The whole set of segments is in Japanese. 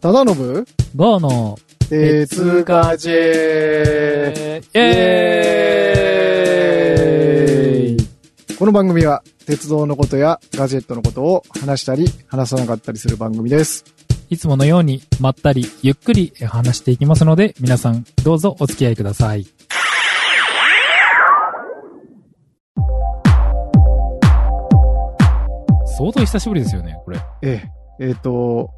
忠信ゴーの、鉄ガジェえイエーイイこの番組は、鉄道のことやガジェットのことを話したり、話さなかったりする番組です。いつものように、まったり、ゆっくり話していきますので、皆さん、どうぞお付き合いください。相当久しぶりですよね、これ。ええ、えっ、と、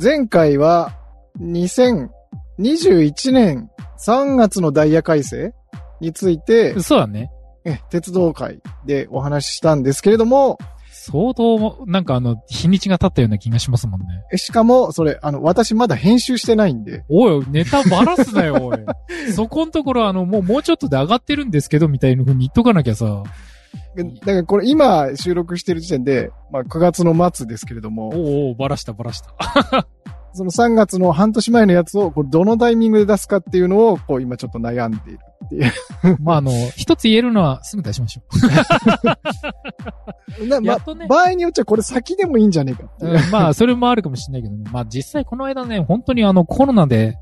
前回は、2021年3月のダイヤ改正について、そうだね。え鉄道会でお話ししたんですけれども、相当、なんかあの、日にちが経ったような気がしますもんね。えしかも、それ、あの、私まだ編集してないんで、おい、ネタばらすなよ、おい。 そこんところ、あの、もう、もうちょっとで上がってるんですけど、みたいな風に言っとかなきゃさ。だからこれ今収録してる時点で、まあ9月の末ですけれども、おうおうばらした、ばらした。その3月の半年前のやつを、これどのタイミングで出すかっていうのを、こう今ちょっと悩んでいる。まあ、あの、一つ言えるのは、すぐ出しましょなう。や まっとね。場合によっちゃこれ先でもいいんじゃねえかっていう。うんまあ、それもあるかもしれないけどね。まあ、実際この間ね、本当にあの、コロナで、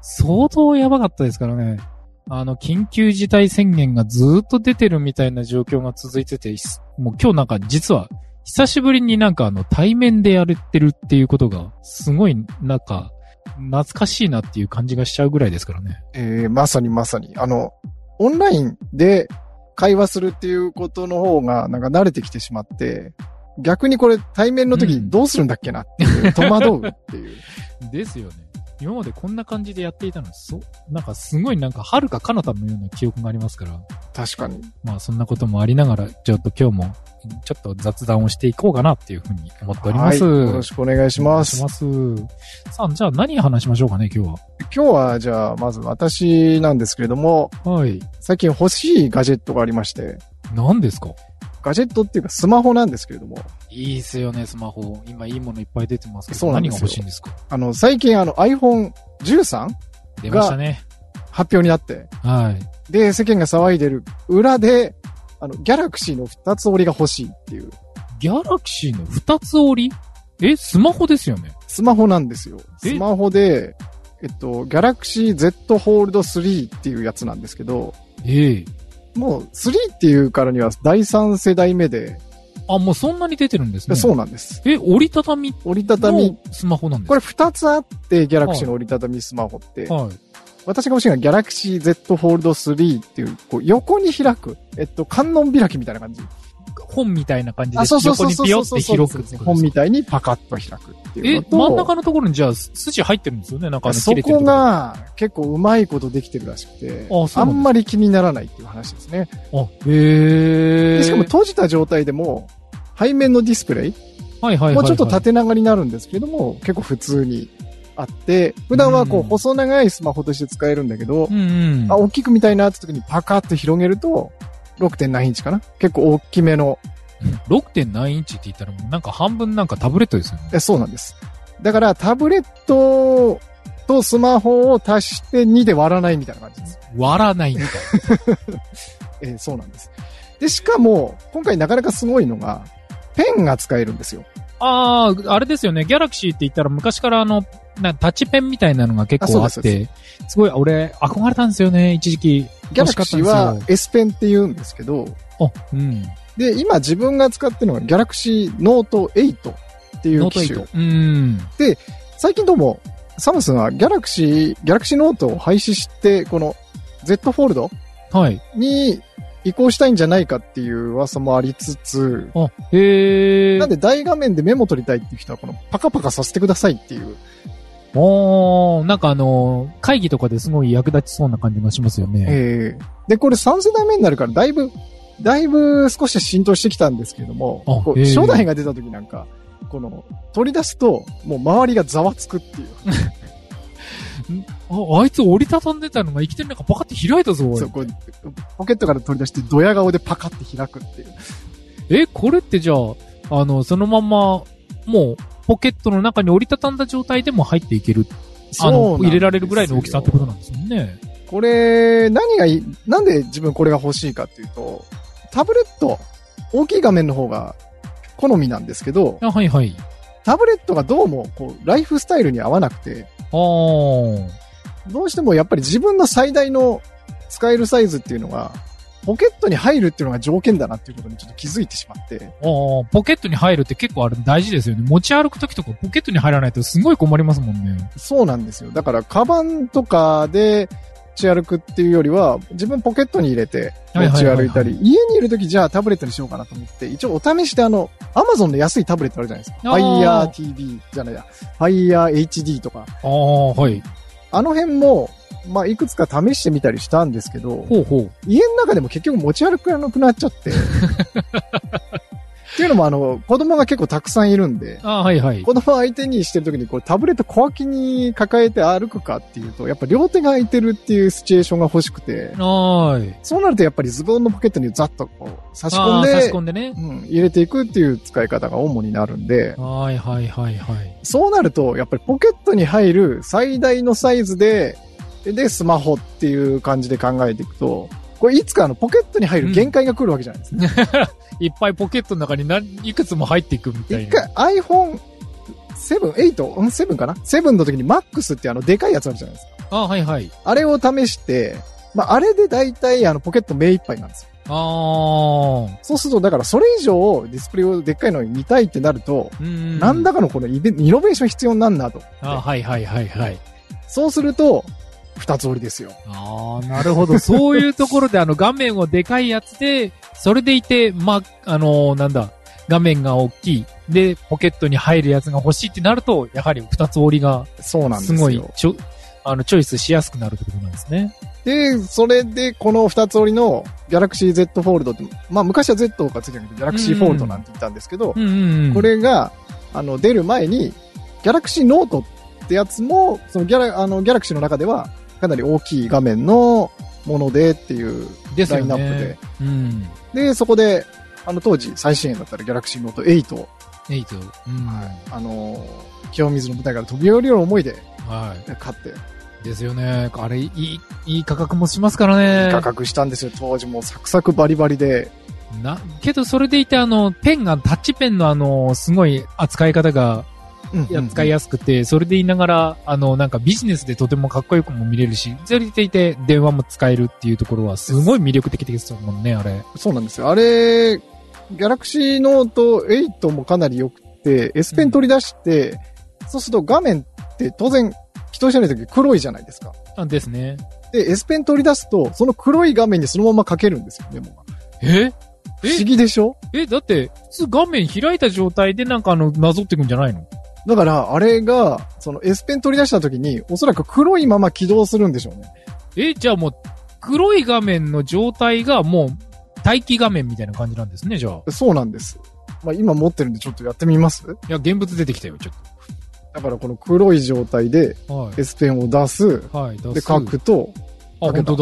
相当やばかったですからね。あの、緊急事態宣言がずーっと出てるみたいな状況が続いてて、すもう今日なんか実は、久しぶりになんかあの、対面でやれてるっていうことが、すごい、なんか、懐かしいなっていう感じがしちゃうぐらいですからね。えーまさにまさに。あの、オンラインで会話するっていうことの方が、なんか慣れてきてしまって、逆にこれ対面の時うんどうするんだっけなっていう、戸惑うって いう。ですよね。今までこんな感じでやっていたのに、そう、なんかすごいなんか遥か彼方のような記憶がありますから。確かに。まあそんなこともありながら、ちょっと今日も、ちょっと雑談をしていこうかなっていうふうに思っております。はい。よろしくお願いしますお。願いしますさあ、じゃあ何話しましょうかね、今日今日はじゃあ、まず私なんですけれども、は。はい。最近欲しいガジェットがありまして、何ですかガジェットっていうかスマホなんですけれども、いいですよね、スマホ。今いいものいっぱい出てますけど、そうなん何ですがよ欲しいんですかあの、最近あの iPhone13 出ましたね。発表になって、はい。で、世間が騒いでる裏で、あの、ギャラクシーの二つ折りが欲しいっていう、ギャラクシーの二つ折りえ、スマホですよね。スマホなんですよ。えスマホで、えっと、ギャラクシー Z ホールド3っていうやつなんですけど、ええもう3っていうからには第3世代目で、あ、もうそんなに出てるんですね。そうなんです。え、折りたたみ折りたたみの、スマホなんですこかれ二つあって、ギャラクシーの折りたたみスマホって、はい。私が欲しいのはギャラクシー Z ホールド3っていう、こう横に開く、えっと、観音開きみたいな感じ。本みたいな感じであ、そうそう横そうにそうピそヨうっそうて広くってことですか。本みたいにパカッと開くっていえ、うのと。真ん中のところにじゃあ筋入ってるんですよねなんかあのそ切れてることろあ、が結構うまいことできてるらしくて、あそうなんだんまり気にならないっていう話ですね。へでえ。しかも閉じた状態でも、背面のディスプレイ、はいはいはいはい。もうちょっと縦長になるんですけれども、結構普通にあって、普段はこううん細長いスマホとして使えるんだけどう、んうん。あ、大きく見たいなって時にパカッと広げると、6.7インチかな結構大きめの、 6.7インチって言ったらもうなんか半分なんかタブレットですよね。えそうなんです。だからタブレットとスマホを足して2で割らないみたいな感じです。割らないみたいえーそうなんです。で、しかも、今回なかなかすごいのが、ペンが使えるんですよ。な。 ああ、あれですよね。ギャラクシーって言ったら昔からあの、なタッチペンみたいなのが結構ああっそうですそうて、すごい俺憧れたんですよね、一時期。ギャラクシー欲はしかったんで S ペンって言うんですけど、すよ、あ、うん。で、今自分が使ってるのがギャラクシーノート8っていうノ機ー種ト。8。うん。最近どうも、サムスンはギャラクシー、ギャラクシーノートを廃止して、この Z フォールドはい。に移行したいんじゃないかっていう噂もありつつ、あ、へえ。なんで大画面でメモ取りたいっていう人はこのパカパカさせてくださいっていう。おー、なんかあのー会議とかですごい役立ちそうな感じがしますよね。ええで、これ3世代目になるから、だいぶ、だいぶ少し浸透してきたんですけれども、あこうええ初代が出た時なんか、この、取り出すと、もう周りがざわつくっていう。あ、あいつ折りたたんでたのがいきなりなんかパカって開いたぞ、おいそうこうポケットから取り出して、ドヤ顔でパカって開くっていう。え、これってじゃあ、あの、そのまんま、もう、ポケットの中に折りたたんだ状態でも入っていける。あそうなの、んですよ入れられるぐらいの大きさってことなんですもんね。これ、何がいい、なんで自分これが欲しいかっていうと、タブレット、大きい画面の方が好みなんですけど、あ、はいはい。タブレットがどうも、こう、ライフスタイルに合わなくて、おー。どうしてもやっぱり自分の最大の使えるサイズっていうのが、ポケットに入るっていうのが条件だなっていうことにちょっと気づいてしまって、おーポケットに入るって結構あれ大事ですよね。持ち歩くときとかポケットに入らないとすごい困りますもんね。そうなんですよ。だから、カバンとかで持ち歩くっていうよりは、自分ポケットに入れては持いはいちはいは歩いいたり、家にいるときじゃあタブレットにしようかなと思って、一応お試しであの、アマゾンの安いタブレットあるじゃないですか。あー Fire TV じゃないや、Fire HD とか、ああ、はい。あの辺も、まあ、いくつか試してみたりしたんですけど、ほうほう。家の中でも結局持ち歩かなくなっちゃ って。っていうのも、あの、子供が結構たくさんいるんで、ああ、はい はい。子供相手にしてる時にこうタブレット小脇に抱えて歩くかっていうと、やっぱ両手が空いてるっていうシチュエーションが欲しくて、はーい。そうなるとやっぱりズボンのポケットにザッとこう差し込んあー差しで、込んでね。うん、入れていくっていう使い方が主になるんで、はいはいはいはい。そうなると、やっぱりポケットに入る最大のサイズで、で、スマホっていう感じで考えていくと、これいつかあのポケットに入る限界が来るわけじゃないですか。いっぱいポケットの中に何、いくつも入っていくみたい一な。回 iPhone7、8? うん、7かな ?7 の時に MAX ってあのでかいやつあるじゃないですか。ああ、はいはい。あれを試して、まあ、あれで大体あのポケット目いっぱいなんですよ。ああ、うそうすると、だからそれ以上ディスプレイをでっかいのに見たいってなると、ーん。何らかのこのイベイノベーション必要になんなと。ああ、はいはいはいはい。そうすると、二つ折りですよ。ああ、なるほど。そういうところで、あの、画面をでかいやつで、それでいて、ま、あのーなんだ、画面が大きい。で、ポケットに入るやつが欲しいってなると、やはり二つ折りが、そうなんですすよ。ごい、ちょ、あの、チョイスしやすくなるってことなんですね。で、それで、この二つ折りの Galaxy Z フォールドって、まあ昔は Z がついてなくて Galaxy フォールドなんて言ったんですけどう、んうんうん。こ、れが、あの、出る前に、Galaxy Note ってやつも、そのギャラ、あの、Galaxy の中では、かなり大きい画面のものでっていうですライよンナップで。ね。うん。で、そこで、あの当時、最新鋭だったら Galaxy Note 8を、エイト。うん。はあの、清水の舞台から飛び降りるような思いでい。買って、ですよね。あれ、いい、いい価格もしますからね。価格したんですよ。当時もうサクサクバリバリで、な、けどそれでいて、あの、ペンが、タッチペンのあの、すごい扱い方が、扱いやすくて、それでいながら、あの、なんかビジネスでとてもかっこよくも見れるし、それでいて、電話も使えるっていうところは、すごい魅力的ですもんね、あれ。そうなんですよ。あれ、ギャラクシーノート8もかなり良くて、S ペン取り出して、そうすると画面って当然、起動してない時黒いじゃないですか。あですね。で、S ペン取り出すと、その黒い画面にそのまま書けるんですよ、メモが。え不思議でしょえ、だって、普通画面開いた状態でなんかあの、なぞっていくんじゃないのだから、あれが、その S ペン取り出した時に、おそらく黒いまま起動するんでしょうね。え、じゃあもう、黒い画面の状態がもう、待機画面みたいな感じなんですね、じゃあ。そうなんです。まあ今持ってるんでちょっとやってみますいや、現物出てきたよ、ちょっだからこの黒い状態でと。はい。 S ペンを出す。はい、出すで、書くと、あ、本当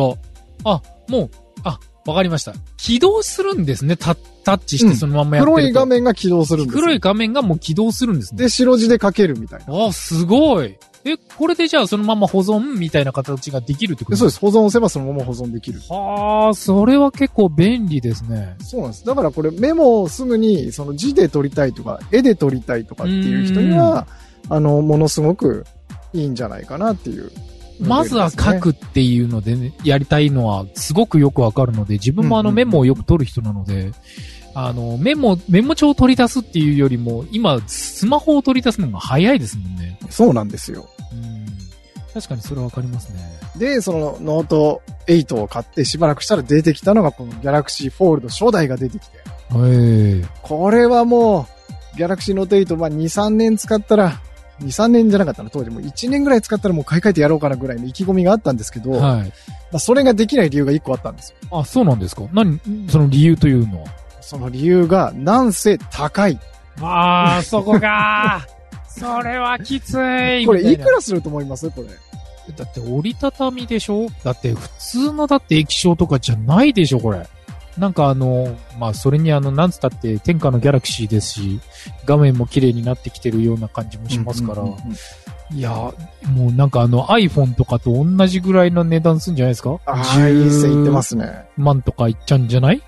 だ。あ、もう、あ、わかりました。起動するんですね。タッタッチしてそのまんまやってると、黒い画面が起動するんですよ黒い画面がもう起動するんですね。で、白字で書けるみたいな。あ、すごい。え、これでじゃあそのまま保存みたいな形ができるってこでと。そうですす。保存を押せばそのまま保存できる。はあ、それは結構便利ですね。そうなんです。だからこれメモをすぐにその字で撮りたいとか、絵で撮りたいとかっていう人には、あの、ものすごくいいんじゃないかなっていう、まずは書。くっていうので、ね、やりたいのはすごくよくわかるので、自分もあうのんうんうメんモをよく取る人なので、あの、メモ、メモ帳を取り出すっていうよりも、今、スマホを取り出すのが早いですもんね。そうなんですよ。うん確かにそれはわかりますね。で、そのノート8を買ってしばらくしたら出てきたのがこの Galaxy Fold 初代が出てきて。えこれはもう、Galaxy Note 8、まあ2、3年使ったら、2、3年じゃなかったな、当時もう1年ぐらい使ったらもう買い替えてやろうかなぐらいの意気込みがあったんですけど、はい。まあ、それができない理由が一個あったんですよ。あ、そうなんですか何、その理由というのはその理由が、なんせ高い。ああ、そこか それはきついこれ、いくらすると思いますこれ。だって折りたたみでしょだって普通のだって液晶とかじゃないでしょこれ。なんかあの、まあそれにあの、なんつったって天下のギャラクシーですし、画面も綺麗になってきてるような感じもしますから。うんうんうんうんいや、もうなんかあの iPhone とかと同じぐらいの値段するんじゃないですか。ああ、いい線いってますすね。 10万とかいっちゃうんじゃない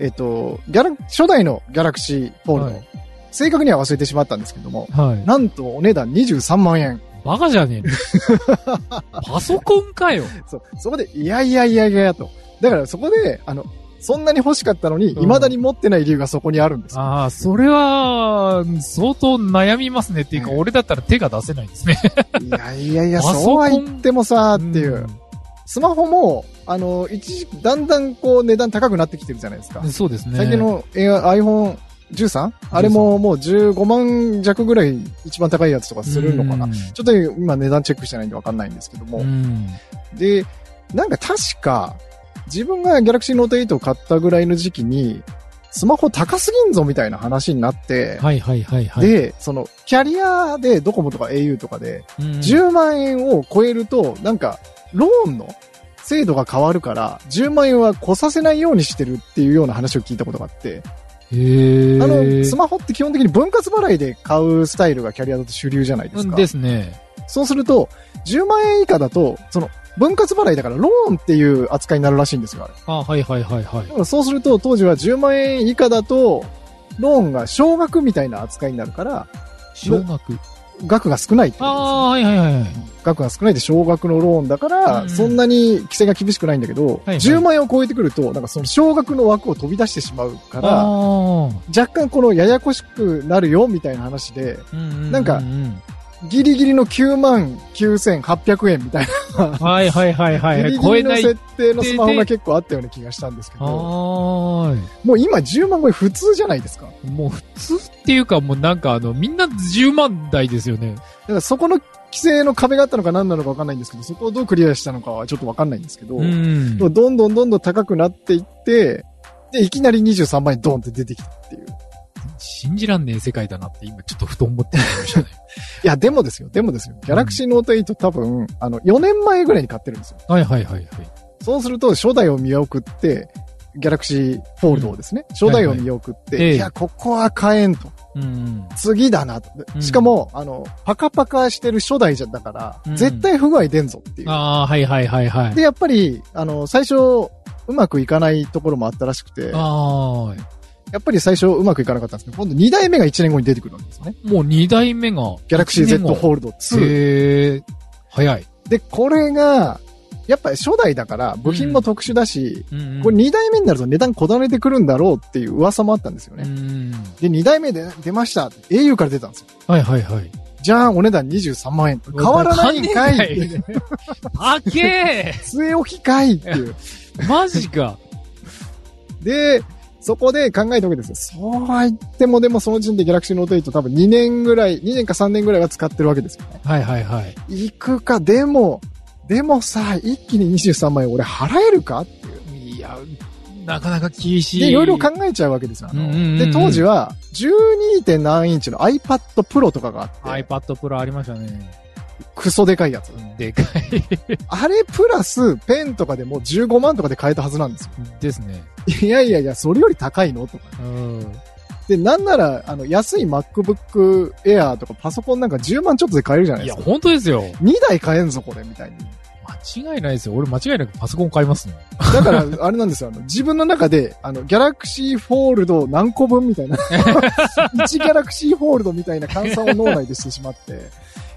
えっと、ギャラ、初代の Galaxy Fold、はい正確には忘れてしまったんですけども、はい。なんとお値段23万円。バカじゃねえ のパソコンかよ。そう、そこで、いやいやいやいやと。だからそこで、あの、そんなに欲しかったのに、うん未だに持ってない理由がそこにあるんですよ。ああ、それは、相当悩みますねっていうか、うん俺だったら手が出せないですね。いやいやいや、パソコンそうは言ってもさ、っていう。うスマホも、あの、一時期、だんだんこう値段高くなってきてるじゃないですか。ん。そうですね。最近のえー iPhone13? あれももう15万弱ぐらい一番高いやつとかするのかな。うんちょっと今値段チェックしてないんでわかんないんですけども。うん。で、なんか確か、自分が Galaxy Note 8を買ったぐらいの時期に、スマホ高すぎんぞみたいな話になって、はいはいはいはい。、で、その、キャリアでドコモとか au とかで、うん、 10万円を超えると、なんか、ローンの制度が変わるから、10万円は越させないようにしてるっていうような話を聞いたことがあって、へーあの、スマホって基本的に分割払いで買うスタイルがキャリアだと主流じゃないですうんか。ですね。そうすると、10万円以下だと、その、分割払いだからローンっていう扱いになるらしいんですよ、あれ。あはいはいはいはいだ。からそうすると、当時は10万円以下だと、ローンが少額みたいな扱いになるから、小学。額が少ないってことですねああー、はいはいはいはい。額が少ないで少額のローンだから、うんそんなに規制が厳しくないんだけど、はい10万円を超えてくると、なんかその少額の枠を飛び出してしまうかあら、若干このややこしくなるよみたいな話で、あ、うんううなんかギリギリの9万9800円みたいはいはいはいな、はいギはリ い。ギ超えリなのい。設定のスマホが結構あったような気がしたんですけど、はーい。もう今10万超え普通じゃないですか。もう普通っていうかもうなんかあの、みんな10万台ですよね。だからそこの規制の壁があったのか何なのかわかんないんですけど、そこをどうクリアしたのかはちょっとわかんないんですけど、んもうどんどんどんどん高くなっていって、で、いきなり23万円ドンって出てきたっていう。信じらんねえ世界だなって今ちょっとふと思ってまし たね。いや、でもですよ、でもですよ。ギャラクシーノート8多分、あの、4年前ぐらいに買ってるんですよ。はいはいはいはい。そうすると、初代を見送って、ギャラクシーフォールドをですね、初代を見送って、はいいはいええや、ここは買えんと。うん。次だなと。うんしかも、あの、パカパカしてる初代じゃ、だから、うん絶対不具合出んぞっていう。ああ、はいはいはいはい。で、やっぱり、あの、最初、うまくいかないところもあったらしくて、やああ、っぱり最初うまくいかなかったんですけど、今度2代目が1年後に出てくるわけですよね。もう2代目が。ギャラクシー Z ホホールド2。へえ、早い。で、これが、やっぱり初代だから部品も特殊だし、うんうんこれ2代目になると値段こだねてくるんだろうっていう噂もあったんですようね。ん。で、2代目で出ました。au から出たんですよ。はいはいはい。じゃあ、お値段23万円。変わらないんかいっていう。あけえ据え置きかいって いう。マジか。で、そこで考えたわけですよ。そうは言っても、でもその時点でギャラクシーノート8多分2年ぐらい、2年か3年ぐらいは使ってるわけですよね。はいはいはい。行くか、でも、でもさ、一気に23万円俺払えるかっていう。いや、なかなか厳しい。で、いろいろ考えちゃうわけですよ。あのうんうんうんうんで、当時は 12. 点何インチの iPad Pro とかがあって iPad、Pro ありましたね。クソでかいやつ。でかい。あれプラス、ペンとかでも15万とかで買えたはずなんですよ。ですね。いやいやいや、それより高いのとか。うん。で、なんなら、あの、安い MacBook Air とかパソコンなんか10万ちょっとで買えるじゃないいでや、すか。本当ですよ。 2台買えんぞ、これ、みたいに。間違いないですよ。俺間違いなくパソコン買いますね。だから、あれなんですよ。あの自分の中で、あの、ギャラクシーフォールド何個分みたいな。1ギャラクシーフォールドみたいな換算を脳内でしてしまって、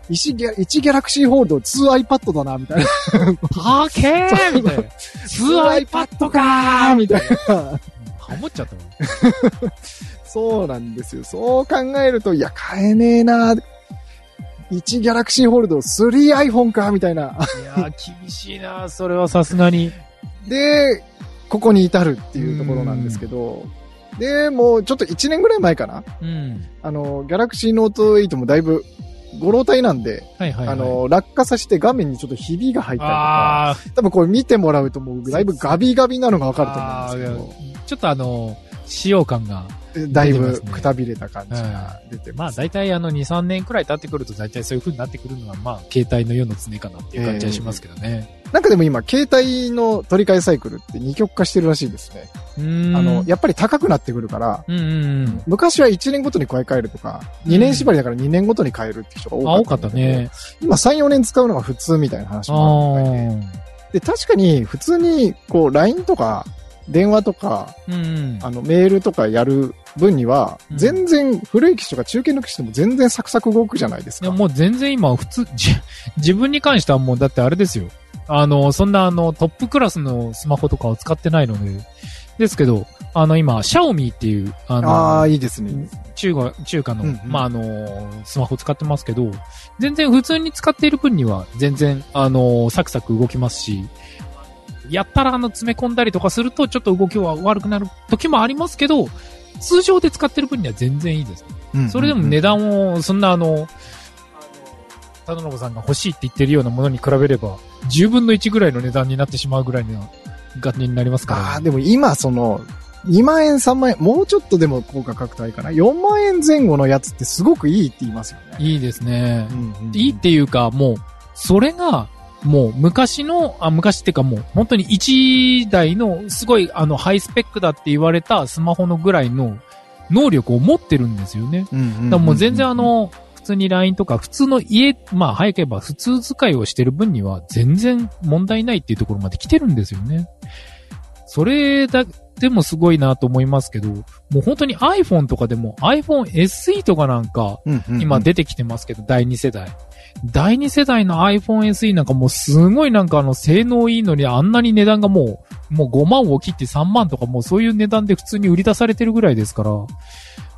1ギャ1ギャラクシーフォールド 2iPad だな、みたいな。たけーみた いな。2 iPad かーみみたいな。たいな。思っちゃったもん。そうなんですよ。そう考えると、いや、買えねえな。1ギャラクシーフォールド 3iPhone か、みたいな。いやー、厳しいなそれはさすがに。で、ここに至るっていうところなんですけど、で、もうちょっと1年ぐらい前かな。うん。あの、ギャラクシーノート8もだいぶ、ご老体なんで、はいはい、はあ、い。の、落下させて画面にちょっとひびが入ったりとか、あー多分これ見てもらうともうだいぶガビガビなのがわかると思うんですあーちょっとあの、使用感が。けど、だい出てまぶすねくたびれた感じが出てままあす。大体あの2、3年くらい経ってくると大体そういう風になってくるのはまあ携帯の世の常かなっていう感じはしますけどね。なんかでも今、携帯の取り替えサイクルって二極化してるらしいですね。うーん。あの、やっぱり高くなってくるから、うんうん昔は1年ごとに買い替えるとか、2年縛りだから2年ごとに変えるって人がう多ん。かあ、った。多かったね。。今3、4年使うのが普通みたいな話あもあるみたいでーで、確かに普通に、こう、LINE とか、電話とか、うんうん。あの、メールとかやる分には、うん全然、古い機種とか中堅の機種でも全然サクサク動くじゃないですいや、か。もう全然今、普通、じ、 自分に関してはもう、だってあれですよ。あの、そんなあの、トップクラスのスマホとかを使ってないので、ですけど、あの、今、シャオミっていう、あの、ああ、いいですね。いいですね中華、中華の、うんうんまあ、あの、スマホ使ってますけど、全然普通に使っている分には、全然、あの、サクサク動きますし、やったらあの、詰め込んだりとかすると、ちょっと動きは悪くなる時もありますけど、通常で使ってる分には全然いいです。それでも値段を、そんなあの、田野信さんが欲しいって言ってるようなものに比べれば、10分の1ぐらいの値段になってしまうぐらいの合点になりますあかあ、でも今、その、2万円、3万円、もうちょっとでも高価格帯かな。4万円前後のやつってすごくいいって言いますよら。ね。いいですねう。んうんうんいいっていうか、もう、それが、もう昔の、あ、昔っていうかもう、本当に1台の、すごい、あの、ハイスペックだって言われたスマホのぐらいの能力を持ってるんですよね。うんうんうんうんだからもう全然あ、の、普通に LINE とか、普通の家、まあ早ければ普通使いをしてる分には全然問題ないっていうところまで来てるんですよね。それだ、でもすごいなと思いますけど、もう本当に iPhone とかでも iPhone SE とかなんか、うんうんうん今、出てきてますけど、第2世代。第2世代の iPhone SE なんかもうすごいなんかあの性能いいのにあんなに値段がもう、もう5万を切って3万とかもうそういう値段で普通に売り出されてるぐらいですから、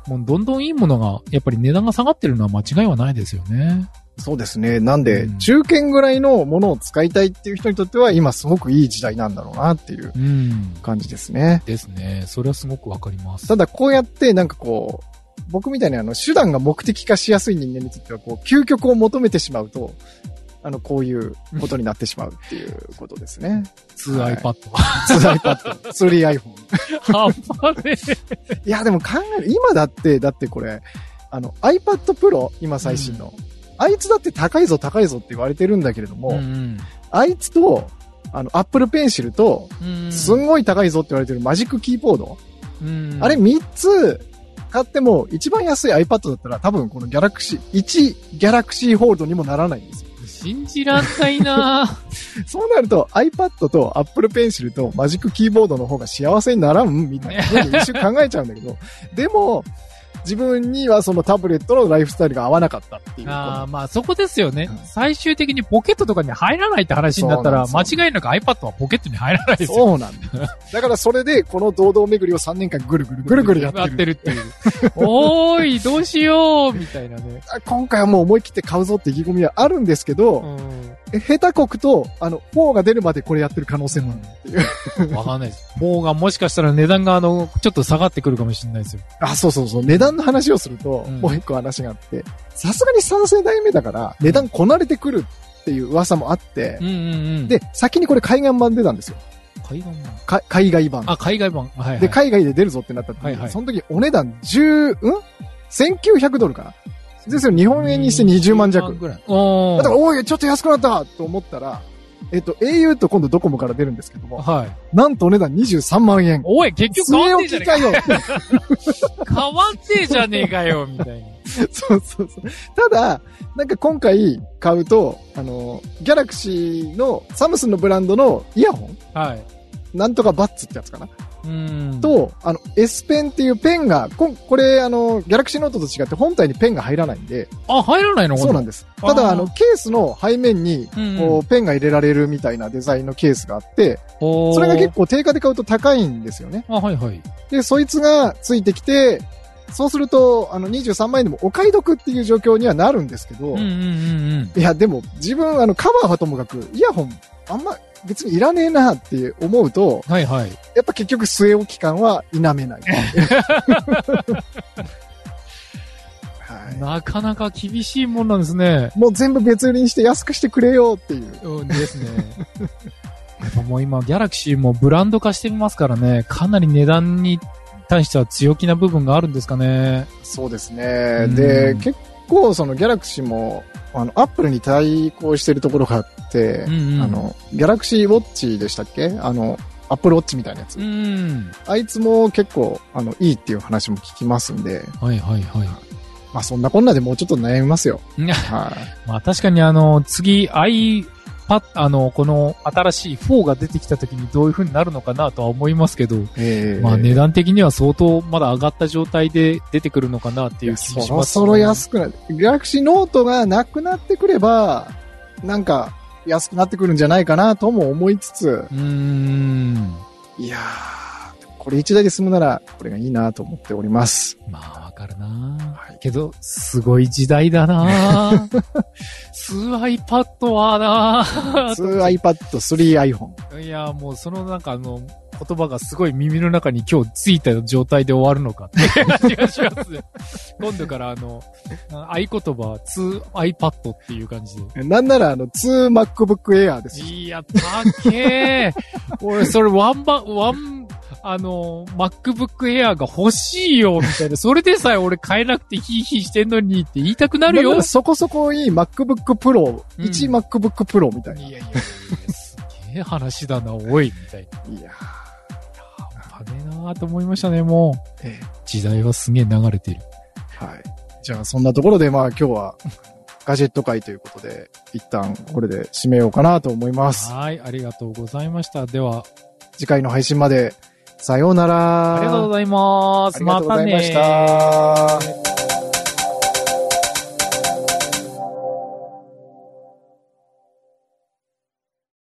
もうどんどんいいものが、やっぱり値段が下がってるのは間違いはないですよね。そうですね。なんで、うん中堅ぐらいのものを使いたいっていう人にとっては、今すごくいい時代なんだろうなっていううん。感じですね。ですね。それはすごくわかりますた。だ、こうやって、なんかこう、僕みたいにあの、手段が目的化しやすい人間にとっては、こう、究極を求めてしまうと、あの、こういうことになってしまうっていうことですね。 2iPad 2 iPad、3 iPhone。は。半端ねえいや、でも考える。今だって、だってこれ、あの、iPad Pro、今最新の。あいつだって高いぞ高いぞって言われてるんだけれども、うんあいつと、あの、Apple Pencil と、うん。うんすんごい高いぞって言われてるマジックキーボード。うんあれ3つ買っても、一番安い iPad だったら多分この Galaxy、1 Galaxy ホールドにもならないんですよ。信じらんないなそうなると iPad と Apple Pencil とマジックキーボードの方が幸せにならんみ たいなふうに一瞬考えちゃうんだけど、でも、自分にはそのタブレットのライフスタイルが合わなかったっていう。あーまあそこですよねうん。最終的にポケットとかに入らないって話になったら、そうなん間ですよ違いなく iPad はポケットに入らないですよ。そうなんだ。だからそれで、この堂々巡りを3年間ぐるぐるぐるぐるやってる。るっていう。おーい、どうしようみたいなね。あ今回はもう思い切って買うぞって意気込みはあるんですけど、うん。下手国と、あの、4が出るまでこれやってる可能性もある。 わかんないです。方がもしかしたら値段があの、ちょっと下がってくるかもしれないですよ。あ、そうそうそう。値段の話をすると、うんもう一個話があって、さすがに3世代目だから、値段こなれてくるっていう噂もあって、うんうんうん。、で、先にこれ海岸版出たんですよ。海外版。か海外版。あ、海外版。はい、はい。で、海外で出るぞってなった時に、はいはいその時お値段10、うん ?1900 ドルかなですよ、日本円にして20万弱。ぐらい。おだから、ー。おい、ちょっと安くなったと思ったら、えっと、au と今度ドコモから出るんですけども、はい。なんとお値段23万円。おい、結局変わんねえじゃ据え置きねえかか。よ変わんねえじゃねえかよ、みたいな。そうそうそう。ただ、なんか今回買うと、あの、ギャラクシーの、サムスンのブランドのイヤホンはい。なんとかバッツってやつかなう ん。と、あの、S ペンっていうペンが、ここれ、あの、ギャラクシーノートと違って本体にペンが入らないんで、あ、入らないのそうなんだ。です。ただ、あーあの、ケースの背面に、うんうんこう、ペンが入れられるみたいなデザインのケースがあって、おーそれが結構定価で買うと高いんですよね。あ、はいはい。で、そいつがついてきて、そうすると、あの、23万円でもお買い得っていう状況にはなるんですけど、うんうんうんうん。いや、でも、自分、あの、カバーはともかく、イヤホン、あんま、別にいらねえなって思うと、はいはい。やっぱ結局、据え置き感は否め ない。はなかなか厳しいもんなんですね。い。もう全部別売りにして安くしてくれよっていう。うん、ですね。 やっぱもう今、ギャラクシーもブランド化してますからね、かなり値段に対しては強気な部分があるんですかね。そうですね。うんで、結構、その、ギャラクシーも、あの、アップルに対抗してるところがあってう、んうん。あ、の、ギャラクシーウォッチでしたっけあの、アップルウォッチみたいなやつ。うん。あいつも結構、あの、いいっていう話も聞きますんで、はいはいはい。 まあそんなこんなでもうちょっと悩みますよ。はい。まあ確かにあの、次、i、パッ、あの、この新しい4が出てきた時にどういう風になるのかなとは思いますけど、ええまあ値段的には相当まだ上がった状態で出てくるのかなっていいうや気そもしろます、そろ安くなる。ギャラクシーノートがなくなってくれば、なんか安くなってくるんじゃないかなとも思いつつ、うーん。いやー、これ一台で済むなら、これがいいなと思っております。まあわかるなはいけど、すごい時代 だなツー iPad はな 2iPad、3iPhone。いや、もうそのなんかあの、言葉がすごい耳の中に今日ついた状態で終わるのかっていう 感じがします。今度からあの、合言葉は 2iPad っていう感じで。なんなら、あの、2MacBook Air です。いや、たけえ。俺、それワンバ、ワン、あの、MacBook Air が欲しいよ、みたいな。それでさえ俺買えなくてヒーヒーしてんのにって言いたくなるんよ。ないらそこそこいい MacBook Pro、うん 1MacBook Pro みたやいな。いやいや、すげえ話だな、おい、みたいな。いやーあねえなーと思いましたね、もう。ええ時代はすげえ流れてる。はい。じゃあ、そんなところで、まあ今日は、ガジェット会ということで、一旦これで締めようかなと思います。はい、ありがとうございました。では、次回の配信まで、さようなら。ありがとうございます。ありがとうございました。たね